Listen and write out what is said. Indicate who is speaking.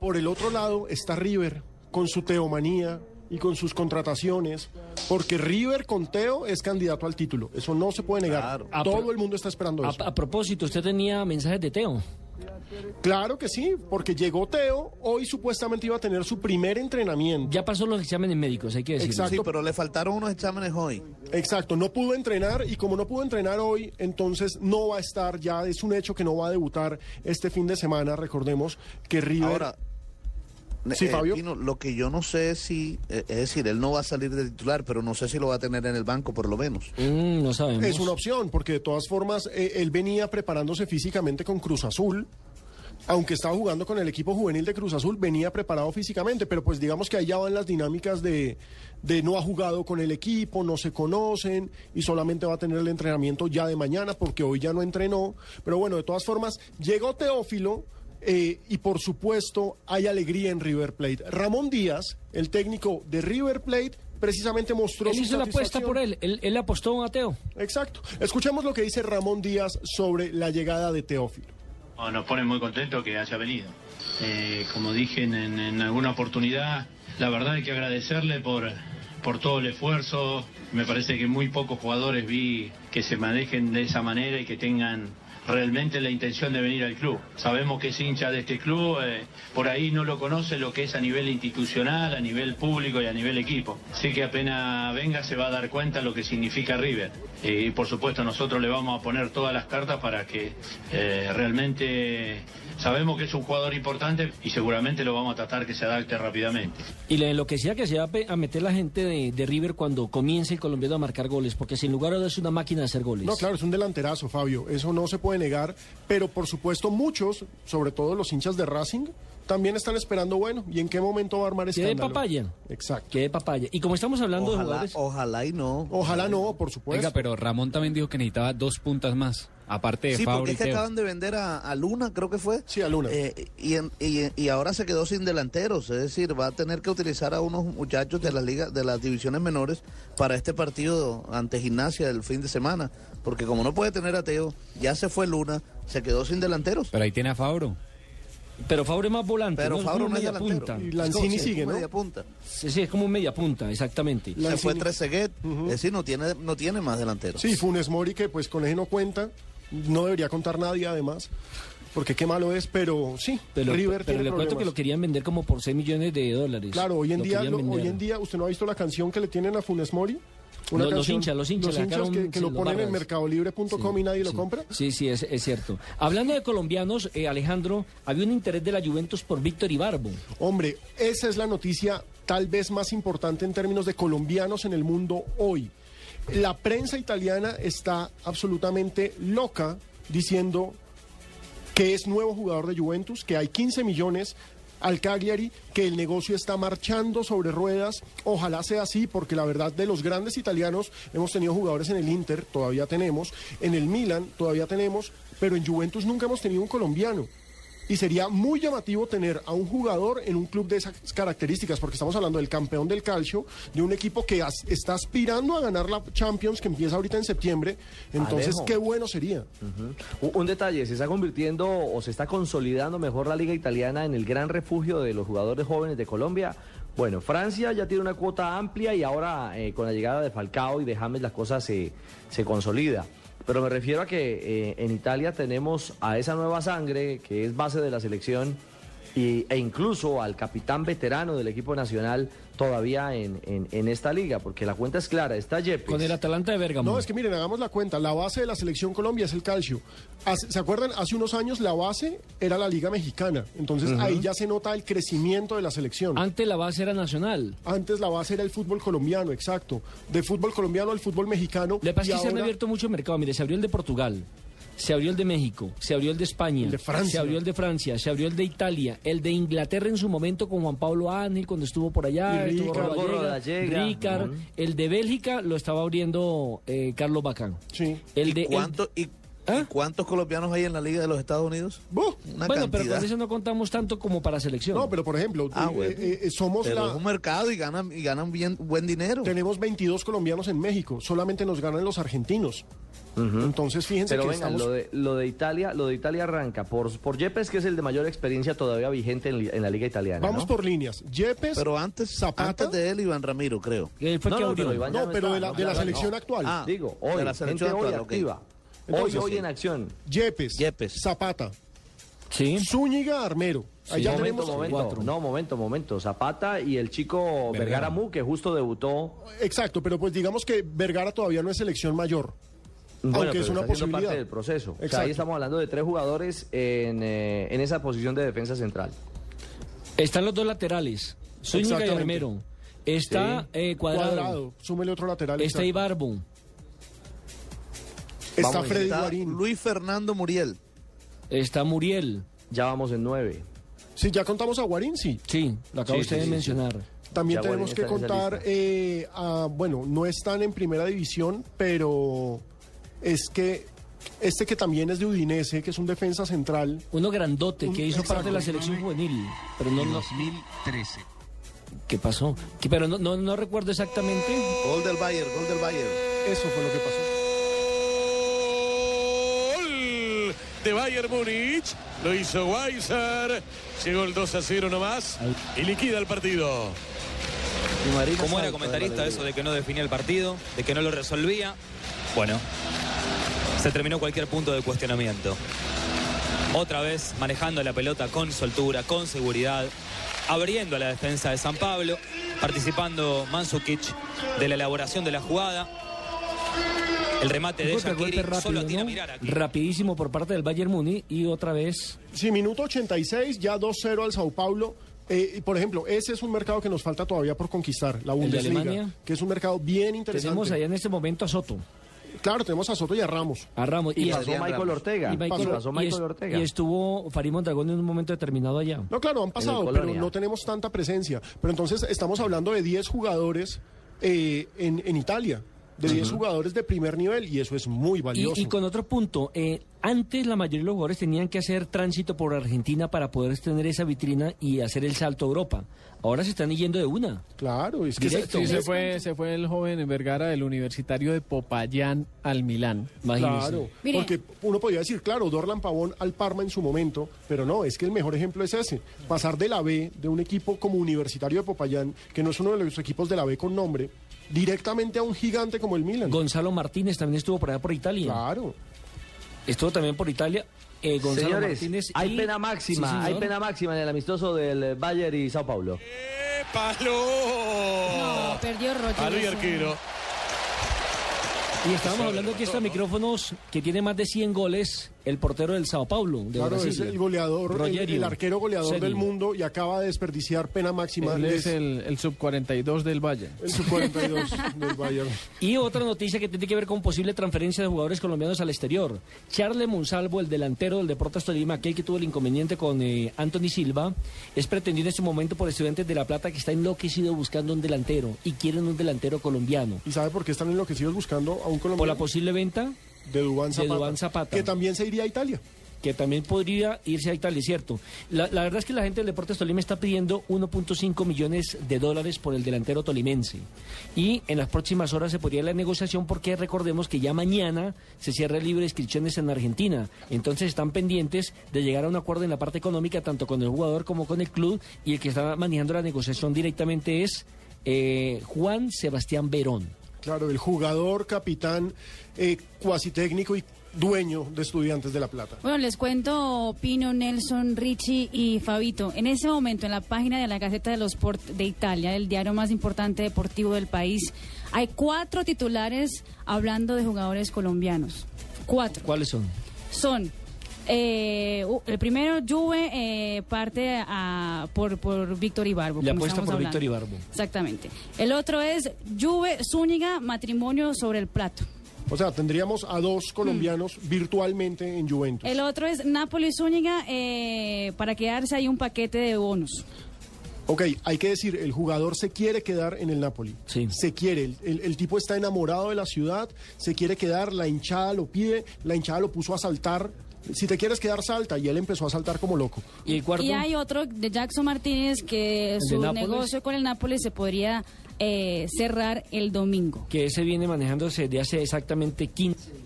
Speaker 1: Por el otro lado está River con su teomanía y con sus contrataciones, porque River con Teo es candidato al título. Eso no se puede negar.
Speaker 2: Ah,
Speaker 1: Todo
Speaker 2: pero-
Speaker 1: el mundo está esperando
Speaker 2: A,
Speaker 1: eso.
Speaker 2: a propósito, usted tenía mensajes de Teo.
Speaker 1: Claro que sí, porque llegó Teo, hoy supuestamente iba a tener su primer entrenamiento.
Speaker 2: Ya pasó los exámenes médicos, hay que decirlo.
Speaker 1: Exacto.
Speaker 3: Sí, pero le faltaron unos exámenes hoy.
Speaker 1: Exacto, no pudo entrenar y como no pudo entrenar hoy, entonces no va a estar ya, es un hecho que no va a debutar este fin de semana, recordemos que River...
Speaker 3: Ahora,
Speaker 1: Sí,
Speaker 3: eh,
Speaker 1: Fabio.
Speaker 3: Pino, lo que yo no sé es si, eh, es decir, él no va a salir de titular, pero no sé si lo va a tener en el banco por lo menos.
Speaker 2: Mm, no sabemos.
Speaker 1: Es una opción, porque de todas formas eh, él venía preparándose físicamente con Cruz Azul. Aunque estaba jugando con el equipo juvenil de Cruz Azul, venía preparado físicamente, pero pues digamos que ahí ya van las dinámicas de, de no ha jugado con el equipo, no se conocen y solamente va a tener el entrenamiento ya de mañana porque hoy ya no entrenó. Pero bueno, de todas formas, llegó Teófilo eh, y por supuesto hay alegría en River Plate. Ramón Díaz, el técnico de River Plate, precisamente mostró
Speaker 2: Él
Speaker 1: su
Speaker 2: hizo la apuesta
Speaker 1: satisfacción.
Speaker 2: por él. Él, él apostó a Teo.
Speaker 1: Exacto. Escuchemos lo que dice Ramón Díaz sobre la llegada de Teófilo.
Speaker 4: No, Nos pone muy contentos que haya venido. Eh, como dije en, en- en alguna oportunidad, la verdad hay que agradecerle por, por todo el esfuerzo. Me parece que muy pocos jugadores vi que se manejen de esa manera y que tengan realmente la intención de venir al club. Sabemos que es hincha de este club, eh, por ahí no lo conoce lo que es a nivel institucional, a nivel público y a nivel equipo. Así que apenas venga se va a dar cuenta lo que significa River. Eh, y por supuesto nosotros le vamos a poner todas las cartas para que eh, realmente sabemos que es un jugador importante y seguramente lo vamos a tratar que se adapte rápidamente.
Speaker 2: Y la enloquecida que se va a pe- a meter la gente de, de River cuando comience el colombiano a marcar goles, porque sin lugar a dudas es una máquina de hacer goles.
Speaker 1: No, claro, es un delanterazo, Fabio, eso no se puede negar, pero por supuesto muchos, sobre todo los hinchas de Racing, también están esperando, bueno, ¿y en qué momento va a armar
Speaker 2: Quede
Speaker 1: escándalo?
Speaker 2: papaya.
Speaker 1: Exacto.
Speaker 2: Quede papaya. Y como estamos hablando de
Speaker 3: Ojalá,
Speaker 2: jugadores.
Speaker 3: ojalá y no.
Speaker 1: Ojalá no, por supuesto.
Speaker 5: Oiga, pero Ramón también dijo que necesitaba dos puntas más, aparte
Speaker 2: Eh,
Speaker 5: de
Speaker 3: Sí,
Speaker 5: Fabra
Speaker 3: porque
Speaker 5: y
Speaker 3: es que
Speaker 5: Teo.
Speaker 3: acaban de vender a, a Luna, creo que fue.
Speaker 1: Sí, a Luna.
Speaker 3: Eh, y, en- y- y ahora se quedó sin delanteros, es decir, va a tener que utilizar a unos muchachos de las ligas, de las divisiones menores para este partido ante Gimnasia del fin de semana, porque como no puede tener a Teo, ya se fue Luna, se quedó sin delanteros.
Speaker 5: Pero ahí tiene a Fabro.
Speaker 2: Pero Fabre más volante.
Speaker 3: Pero
Speaker 2: ¿no? Es
Speaker 3: Fabro
Speaker 2: como
Speaker 3: no es
Speaker 2: media
Speaker 3: delantero.
Speaker 2: punta.
Speaker 1: Y Lanzini
Speaker 3: Es como si-
Speaker 1: sigue, ¿no?
Speaker 3: media punta.
Speaker 2: Sí, sí, es como un media punta, exactamente.
Speaker 1: Lanzini.
Speaker 3: Se fue Trezeguet, es decir, no tiene, no tiene más delanteros.
Speaker 1: Sí, Funes Mori, que pues con ese no cuenta, no debería contar nadie además, porque qué malo es, pero sí,
Speaker 2: Pero,
Speaker 1: River
Speaker 2: pero
Speaker 1: tiene
Speaker 2: le cuento que lo
Speaker 1: problemas.
Speaker 2: querían vender como por 6 millones de dólares.
Speaker 1: Claro, hoy en,
Speaker 2: Lo
Speaker 1: día,
Speaker 2: querían
Speaker 1: lo-
Speaker 2: vender.
Speaker 1: hoy en día, ¿usted no ha visto la canción que le tienen a Funes Mori?
Speaker 2: Los- los hinchas, los hinchas, le sacaron-
Speaker 1: que, que
Speaker 2: sí,
Speaker 1: lo
Speaker 2: los
Speaker 1: ponen en
Speaker 2: barras.
Speaker 1: mercadolibre.com y nadie lo
Speaker 2: Sí.
Speaker 1: compra.
Speaker 2: Sí, sí, es, es cierto. Hablando de colombianos, eh, Alejandro, había un interés de la Juventus por Víctor Ibarbo.
Speaker 1: Hombre, esa es la noticia tal vez más importante en términos de colombianos en el mundo hoy. La prensa italiana está absolutamente loca diciendo que es nuevo jugador de Juventus, que hay 15 millones al Cagliari, que el negocio está marchando sobre ruedas. Ojalá sea así, porque la verdad de los grandes italianos hemos tenido jugadores en el Inter, todavía tenemos, en el Milan todavía tenemos, pero en Juventus nunca hemos tenido un colombiano. Y sería muy llamativo tener a un jugador en un club de esas características, porque estamos hablando del campeón del calcio, de un equipo que as- está aspirando a ganar la Champions, que empieza ahorita en septiembre. Entonces,
Speaker 6: Alejo.
Speaker 1: qué bueno sería.
Speaker 6: Un, un detalle, se está convirtiendo o se está consolidando mejor la liga italiana en el gran refugio de los jugadores jóvenes de Colombia. Bueno, Francia ya tiene una cuota amplia y ahora eh, con la llegada de Falcao y de James las cosas se, se consolida. Pero me refiero a que eh, en Italia tenemos a esa nueva sangre que es base de la selección y- e incluso al capitán veterano del equipo nacional todavía en, en- en esta liga, porque la cuenta es clara, está Yepes.
Speaker 2: Con el Atalanta de Bérgamo.
Speaker 1: No, es que miren, hagamos la cuenta. La base de la selección Colombia es el calcio. Hace- ¿Se acuerdan? Hace unos años la base era la Liga Mexicana. Entonces ahí ya se nota el crecimiento de la selección.
Speaker 2: Antes la base era nacional.
Speaker 1: Antes la base era el fútbol colombiano, exacto. De fútbol colombiano al fútbol mexicano.
Speaker 2: Le pasa
Speaker 1: y
Speaker 2: es que se han
Speaker 1: ahora-
Speaker 2: abierto mucho mercado. Mire, se abrió el de Portugal, se abrió el de México, se abrió el de España,
Speaker 1: El de Francia.
Speaker 2: se abrió el de Francia, se abrió el de Italia, el de Inglaterra en su momento con Juan Pablo Ángel cuando estuvo por allá,
Speaker 1: Y
Speaker 2: estuvo
Speaker 1: Rijkaard.
Speaker 6: Rodallega.
Speaker 2: Rijkaard. el de Bélgica lo estaba abriendo eh, Carlos Bacán.
Speaker 1: Sí.
Speaker 2: El de
Speaker 3: ¿Y
Speaker 2: el-
Speaker 3: cuánto, y,
Speaker 2: ¿Ah?
Speaker 3: ¿Y ¿Cuántos colombianos hay en la Liga de los Estados Unidos?
Speaker 1: ¡Buh!
Speaker 3: Una
Speaker 2: bueno, pero
Speaker 3: cantidad.
Speaker 2: con eso no contamos tanto como para selección.
Speaker 1: No, pero por ejemplo,
Speaker 3: Ah,
Speaker 1: eh,
Speaker 3: bueno.
Speaker 1: eh, eh, somos
Speaker 3: Pero
Speaker 1: la-
Speaker 3: es un mercado y ganan, y ganan bien, buen dinero.
Speaker 1: tenemos 22 colombianos en México, solamente nos ganan los argentinos. Entonces fíjense
Speaker 6: Pero
Speaker 1: que
Speaker 6: venga,
Speaker 1: estamos-
Speaker 6: lo, de, lo de Italia, lo de Italia arranca por, por Yepes, que es el de mayor experiencia todavía vigente en, li- en la liga italiana.
Speaker 1: vamos
Speaker 6: ¿no?
Speaker 1: por líneas. Yepes,
Speaker 3: Pero antes,
Speaker 1: Zapata.
Speaker 3: antes de él, Iván Ramiro, creo.
Speaker 2: Él fue
Speaker 6: No,
Speaker 2: que
Speaker 6: no,
Speaker 2: abrió.
Speaker 6: pero Iván ya
Speaker 1: no,
Speaker 6: no
Speaker 1: pero
Speaker 6: está,
Speaker 1: de la,
Speaker 6: no,
Speaker 1: de la
Speaker 6: ya no.
Speaker 1: selección actual.
Speaker 3: Ah,
Speaker 6: Digo, hoy,
Speaker 3: de la
Speaker 6: gente
Speaker 3: selección
Speaker 6: hoy
Speaker 3: actual, ok.
Speaker 6: activa.
Speaker 1: Entonces,
Speaker 6: hoy, hoy
Speaker 1: sí.
Speaker 6: en acción.
Speaker 1: Yepes,
Speaker 3: Yepes.
Speaker 1: Zapata,
Speaker 2: Sí.
Speaker 1: Zúñiga, Armero. Ahí ya
Speaker 6: momento,
Speaker 1: tenemos
Speaker 6: momento.
Speaker 2: cuatro.
Speaker 6: No, momento, momento. Zapata y el chico
Speaker 5: Vergara.
Speaker 6: Vergara Mu, que justo debutó.
Speaker 1: Exacto, pero pues digamos que Vergara todavía no es selección mayor.
Speaker 6: Bueno,
Speaker 1: aunque
Speaker 6: pero
Speaker 1: es una
Speaker 6: está haciendo
Speaker 1: posibilidad.
Speaker 6: parte del proceso. O sea,
Speaker 1: Exacto.
Speaker 6: ahí estamos hablando de tres jugadores en, eh, en esa posición de defensa central.
Speaker 2: Están los dos laterales. Zúñiga y
Speaker 1: Exactamente.
Speaker 2: Armero. Está
Speaker 6: Sí.
Speaker 2: eh, cuadrado. Este
Speaker 1: Cuadrado, súmele otro lateral.
Speaker 2: Está
Speaker 1: exacto.
Speaker 2: Ibarbo.
Speaker 1: Está
Speaker 6: Vamos,
Speaker 1: Freddy
Speaker 3: Está
Speaker 1: Guarín.
Speaker 3: Luis Fernando Muriel.
Speaker 2: Está Muriel.
Speaker 6: Ya vamos en nueve.
Speaker 1: Sí, ya contamos a Guarín, sí.
Speaker 2: Sí, lo acaba
Speaker 6: Sí,
Speaker 2: usted de
Speaker 6: sí, sí, sí.
Speaker 2: mencionar.
Speaker 1: También
Speaker 6: Ya
Speaker 1: tenemos
Speaker 6: Guarín
Speaker 1: que
Speaker 6: está en esa
Speaker 1: contar,
Speaker 6: lista.
Speaker 1: eh, a- bueno, no están en primera división, pero es que este que también es de Udinese, que es un defensa central,
Speaker 2: Uno grandote que hizo parte de la selección juvenil. Pero no, no
Speaker 7: 2013.
Speaker 2: ¿Qué pasó? Que- Pero no, no, no recuerdo exactamente.
Speaker 3: Gol del Bayern, gol del Bayern.
Speaker 1: eso fue lo que pasó.
Speaker 7: Gol de Bayern Múnich. Lo hizo Weiser. Llegó el 2 a 0 nomás y liquida el partido.
Speaker 3: Y Marina
Speaker 8: ¿Cómo era
Speaker 3: Salto,
Speaker 8: comentarista
Speaker 3: la
Speaker 8: eso
Speaker 3: Liga.
Speaker 8: de que no definía el partido, de que no lo resolvía? Bueno, se terminó cualquier punto de cuestionamiento. Otra vez manejando la pelota con soltura, con seguridad, abriendo a la defensa de San Pablo, participando Mansukic de la elaboración de la jugada. El remate de
Speaker 2: Contragolpe
Speaker 8: Shakiri
Speaker 2: rápido,
Speaker 8: solo atira a
Speaker 2: ¿no?
Speaker 8: mirar aquí.
Speaker 2: Rapidísimo por parte del Bayern Muni y otra vez
Speaker 1: Sí, minuto 86, ya 2-0 al Sao Paulo. Eh, y, por ejemplo, ese es un mercado que nos falta todavía por conquistar, la
Speaker 2: de
Speaker 1: Bundesliga,
Speaker 2: Alemania?
Speaker 1: que es un mercado bien interesante.
Speaker 2: tenemos allá en este momento a Soto,
Speaker 1: Claro, tenemos a Soto y a Ramos.
Speaker 2: a Ramos
Speaker 6: Y,
Speaker 2: a-
Speaker 6: pasó
Speaker 3: Adrián
Speaker 6: Michael
Speaker 3: Ramos.
Speaker 6: Ortega.
Speaker 2: y Michael-
Speaker 6: pasó
Speaker 2: y
Speaker 6: Michael
Speaker 2: es-
Speaker 6: Ortega.
Speaker 2: y estuvo Farid Mondragón en un momento determinado allá.
Speaker 1: No, claro, han pasado, pero
Speaker 6: Colonia.
Speaker 1: no tenemos tanta presencia. Pero entonces estamos hablando de 10 jugadores eh, en, en Italia, de 10 jugadores de primer nivel, y eso es muy
Speaker 2: Y,
Speaker 1: valioso.
Speaker 2: y con otro punto, eh, antes la mayoría de los jugadores tenían que hacer tránsito por Argentina para poder tener esa vitrina y hacer el salto a Europa. Ahora se están yendo de una.
Speaker 1: Claro, es que
Speaker 2: Directo.
Speaker 9: Sí, se fue, se fue el joven Vergara del universitario de Popayán al Milán.
Speaker 2: Imagínense.
Speaker 1: Claro,
Speaker 10: Mire.
Speaker 1: porque uno podría decir, claro, Dorlan Pavón al Parma en su momento, pero no, es que el mejor ejemplo es ese. Pasar de la B, de un equipo como Universitario de Popayán, que no es uno de los equipos de la B con nombre, directamente a un gigante como el Milan.
Speaker 2: Gonzalo Martínez también estuvo por allá por Italia.
Speaker 1: Claro.
Speaker 2: Estuvo también por Italia. eh, Gonzalo
Speaker 6: Señores,
Speaker 2: Martínez.
Speaker 6: hay
Speaker 2: y-
Speaker 6: pena máxima,
Speaker 2: Sí,
Speaker 6: hay
Speaker 2: señor.
Speaker 6: pena máxima en el amistoso del Bayern y Sao Paulo.
Speaker 7: ¡Qué palo!
Speaker 10: No, perdió Roger.
Speaker 7: Palo y
Speaker 10: eso.
Speaker 7: arquero.
Speaker 2: Y estábamos hablando que estos micrófonos, que tiene más de 100 goles, el portero del Sao Paulo, de
Speaker 1: Claro,
Speaker 2: Brasil.
Speaker 1: es el goleador, el,
Speaker 2: Rogerio.
Speaker 1: el arquero goleador
Speaker 2: Serio.
Speaker 1: del mundo y acaba de desperdiciar pena máxima.
Speaker 9: Él
Speaker 1: Les-
Speaker 9: es el, el sub 42 del Bayern.
Speaker 1: En su 42 del Bayern.
Speaker 2: Y otra noticia que tiene que ver con posible transferencia de jugadores colombianos al exterior. Charles Monsalvo, el delantero del Deportes Tolima, aquel que tuvo el inconveniente con eh, Anthony Silva, es pretendido en este momento por estudiantes de La Plata que está enloquecido buscando un delantero y quieren un delantero colombiano.
Speaker 1: ¿Y sabe por qué están enloquecidos buscando a un
Speaker 2: Por la
Speaker 1: colombiano?
Speaker 2: posible venta,
Speaker 1: de Dubán
Speaker 2: de
Speaker 1: Zapata,
Speaker 2: Duván Zapata.
Speaker 1: Que también se iría a Italia.
Speaker 2: que también podría irse a Italia, ¿cierto? La, la verdad es que la gente del Deportes Tolima está pidiendo 1.5 millones de dólares por el delantero tolimense. Y en las próximas horas se podría la negociación porque recordemos que ya mañana se cierra el libro de inscripciones en Argentina. Entonces están pendientes de llegar a un acuerdo en la parte económica tanto con el jugador como con el club y el que está manejando la negociación directamente es eh, Juan Sebastián Verón.
Speaker 1: Claro, el jugador, capitán, eh, cuasi técnico y dueño de Estudiantes de La Plata.
Speaker 10: Bueno, les cuento, Pino, Nelson, Richie y Fabito. En ese momento, en la página de la Gaceta de los Sport de Italia, el diario más importante deportivo del país, hay cuatro titulares hablando de jugadores colombianos. Cuatro.
Speaker 2: ¿Cuáles son?
Speaker 10: son eh, u- el primero Juve eh, parte a- por, por Víctor Ibarbo.
Speaker 2: Le
Speaker 10: como
Speaker 2: apuesta
Speaker 10: estamos
Speaker 2: por
Speaker 10: hablando.
Speaker 2: Víctor Ibarbo.
Speaker 10: Exactamente. El otro es Juve Zúñiga, matrimonio sobre el plato.
Speaker 1: O sea, tendríamos a dos colombianos virtualmente en Juventus.
Speaker 10: El otro es Napoli Zúñiga eh, para quedarse ahí un paquete de bonos.
Speaker 1: Ok, hay que decir, el jugador se quiere quedar en el Napoli. Se quiere, el, el- el tipo está enamorado de la ciudad, se quiere quedar, la hinchada lo pide, la hinchada lo puso a saltar. Si te quieres quedar, salta. Y él empezó a saltar como loco.
Speaker 2: Y el
Speaker 10: Y hay otro de Jackson Martínez que
Speaker 2: ¿El de
Speaker 10: su
Speaker 2: Nápoles?
Speaker 10: negocio con el Nápoles se podría eh, cerrar el domingo.
Speaker 2: que ese viene manejándose desde hace exactamente 15 días.